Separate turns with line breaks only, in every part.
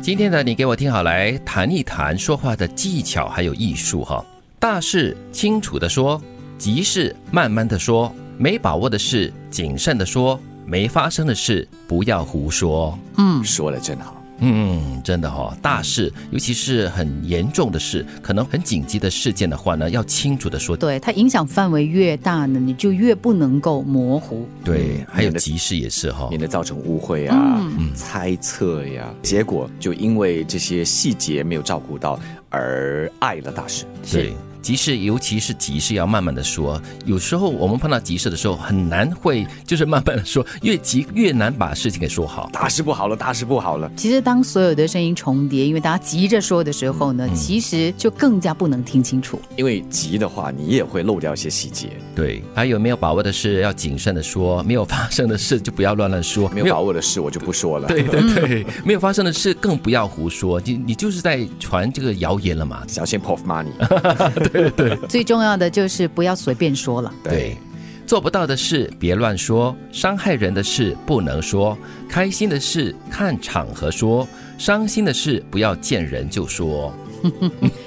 今天呢，你给我听好来谈一谈说话的技巧还有艺术哈。大事清楚的说，急事慢慢的说，没把握的事谨慎的说，没发生的事不要胡说。
嗯，
说的真好。
嗯，真的哈、哦，大事尤其是很严重的事，可能很紧急的事件的话呢，要清楚的说。
对，它影响范围越大呢，你就越不能够模糊。
对，还有哦
哦嗯免得
急事也是哈、
免得造成误会啊、
嗯
猜测呀、结果就因为这些细节没有照顾到而碍了大事。
对，急事尤其是急事要慢慢的说。有时候我们碰到急事的时候，很难会就是慢慢的说，越急越难把事情给说好。
大事不好了，大事不好了。
其实，当所有的声音重叠，因为大家急着说的时候呢，其实就更加不能听清 楚。
因为急的话，你也会漏掉一些细节。
对，还有没有把握的事要谨慎的说，没有发生的事 就不要乱乱说，
没有把握的事，我就不说了。
对对对，没有发生的事更不要胡说，你你就是在传这个谣言了嘛。
小心 p o f money。
最重要的就是不要随便说了。
对，做不到的事别乱说，伤害人的事不能说，开心的事看场合说，伤心的事不要见人就说。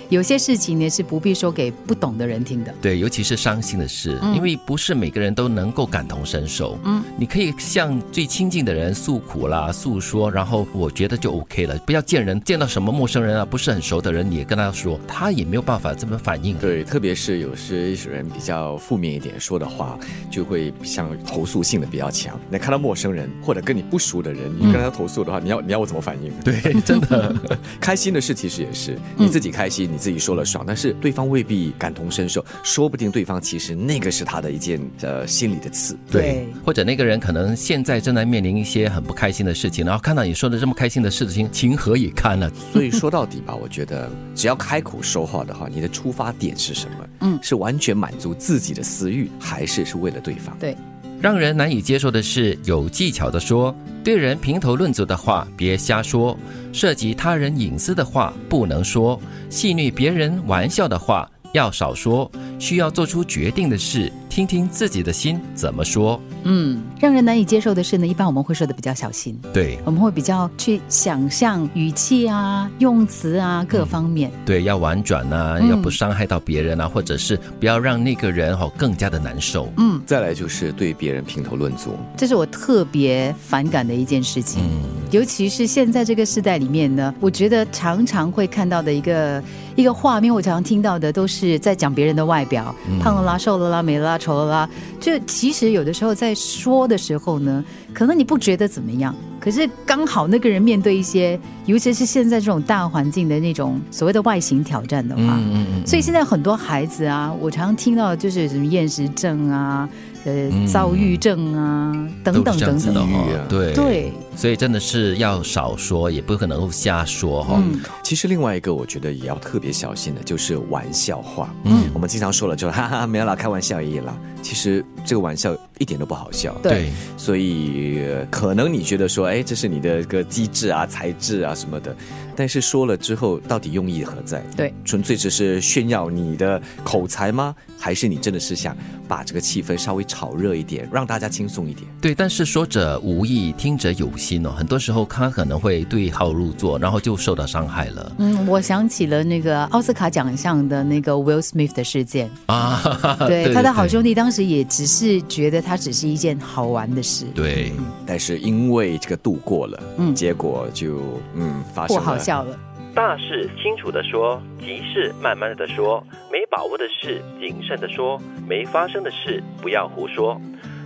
有些事情呢是不必说给不懂的人听的。
对，尤其是伤心的事，因为不是每个人都能够感同身受。嗯，你可以向最亲近的人诉苦啦、诉说，然后我觉得就 OK 了，不要见人见到什么陌生人啊，不是很熟的人，你也跟他说，他也没有办法这么反应啊。
对，特别是有些人比较负面一点，说的话就会像投诉性的比较强。你看到陌生人或者跟你不熟的人，你跟他投诉的话，你要你要我怎么反应？
嗯 对，真的，嗯
开心的事其实也是你自己开心，你自己说了爽，但是对方未必感同身受，说不定对方其实那个是他的一件呃心里的刺。
对
或者那个人可能现在正在面临一些很不开心的事情，然后看到你说的这么开心的事情，情何以堪呢、
所以说到底吧，我觉得只要开口说话的话，你的出发点是什么？
嗯
是完全满足自己的私欲，还是是为了对方？
对，
让人难以接受的是，有技巧的说，对人评头论足的话别瞎说，涉及他人隐私的话不能说，戏谑别人玩笑的话要少说，需要做出决定的事，听听自己的心怎么说。
嗯，让人难以接受的是呢，一般我们会说的比较小心，
对
我们会比较去想象语气啊、用词啊各方面。
对，要婉转呐、
嗯
要不伤害到别人啊，或者是不要让那个人哦更加的难受。
嗯，
再来就是对别人评头论足，
这是我特别反感的一件事情。
嗯，
尤其是现在这个时代里面呢，我觉得常常会看到的一个一个画面，我常常听到的都是在讲别人的外表，
嗯
胖了啦、瘦了啦、美了啦、丑了啦。就其实有的时候在说的时候呢，可能你不觉得怎么样，可是刚好那个人面对一些，尤其是现在这种大环境的那种所谓的外形挑战的话，
嗯嗯
所以现在很多孩子啊，我常常听到就是什么厌食症啊，呃，躁郁症啊，等
嗯都
等
是这样
等
子的
等。
哦
等等
对
对，
所以真的是要少说，也不可能瞎说哦哈、
嗯
其实另外一个我觉得也要特别小心的，就是玩笑话。
嗯
我们经常说了就哈哈没有啦，开玩笑而已啦。其实这个玩笑一点都不好笑。
对
所以呃可能你觉得说，哎，这是你的一个机制啊、才智啊什么的，但是说了之后，到底用意何在？
对，
纯粹只是炫耀你的口才吗？还是你真的是想把这个气氛稍微炒热一点，让大家轻松一点？
对，但是说者无意，听者有心哦。很多时候他可能会对号入座，然后就受到伤害了
嗯，我想起了那个奥斯卡奖项的那个 Will Smith 的事件，
啊。
对他的好
对
兄弟当时也只是觉得它只是一件好玩的事，
对，
但是因为这个度过了，
嗯
结果就嗯发生
不
了
好笑了。
大事清楚的说，急事慢慢的说，没把握的事谨慎的说，没发生的事不要胡说，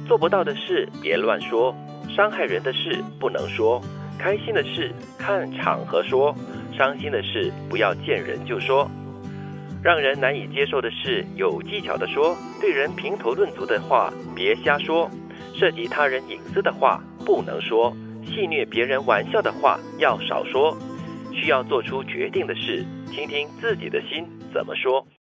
做不到的事别乱说，伤害人的事不能说，开心的事看场合说，伤心的事不要见人就说。让人难以接受的事，有技巧的说；对人评头论足的话，别瞎说；涉及他人隐私的话，不能说；戏谑别人玩笑的话，要少说。需要做出决定的事，听听自己的心怎么说。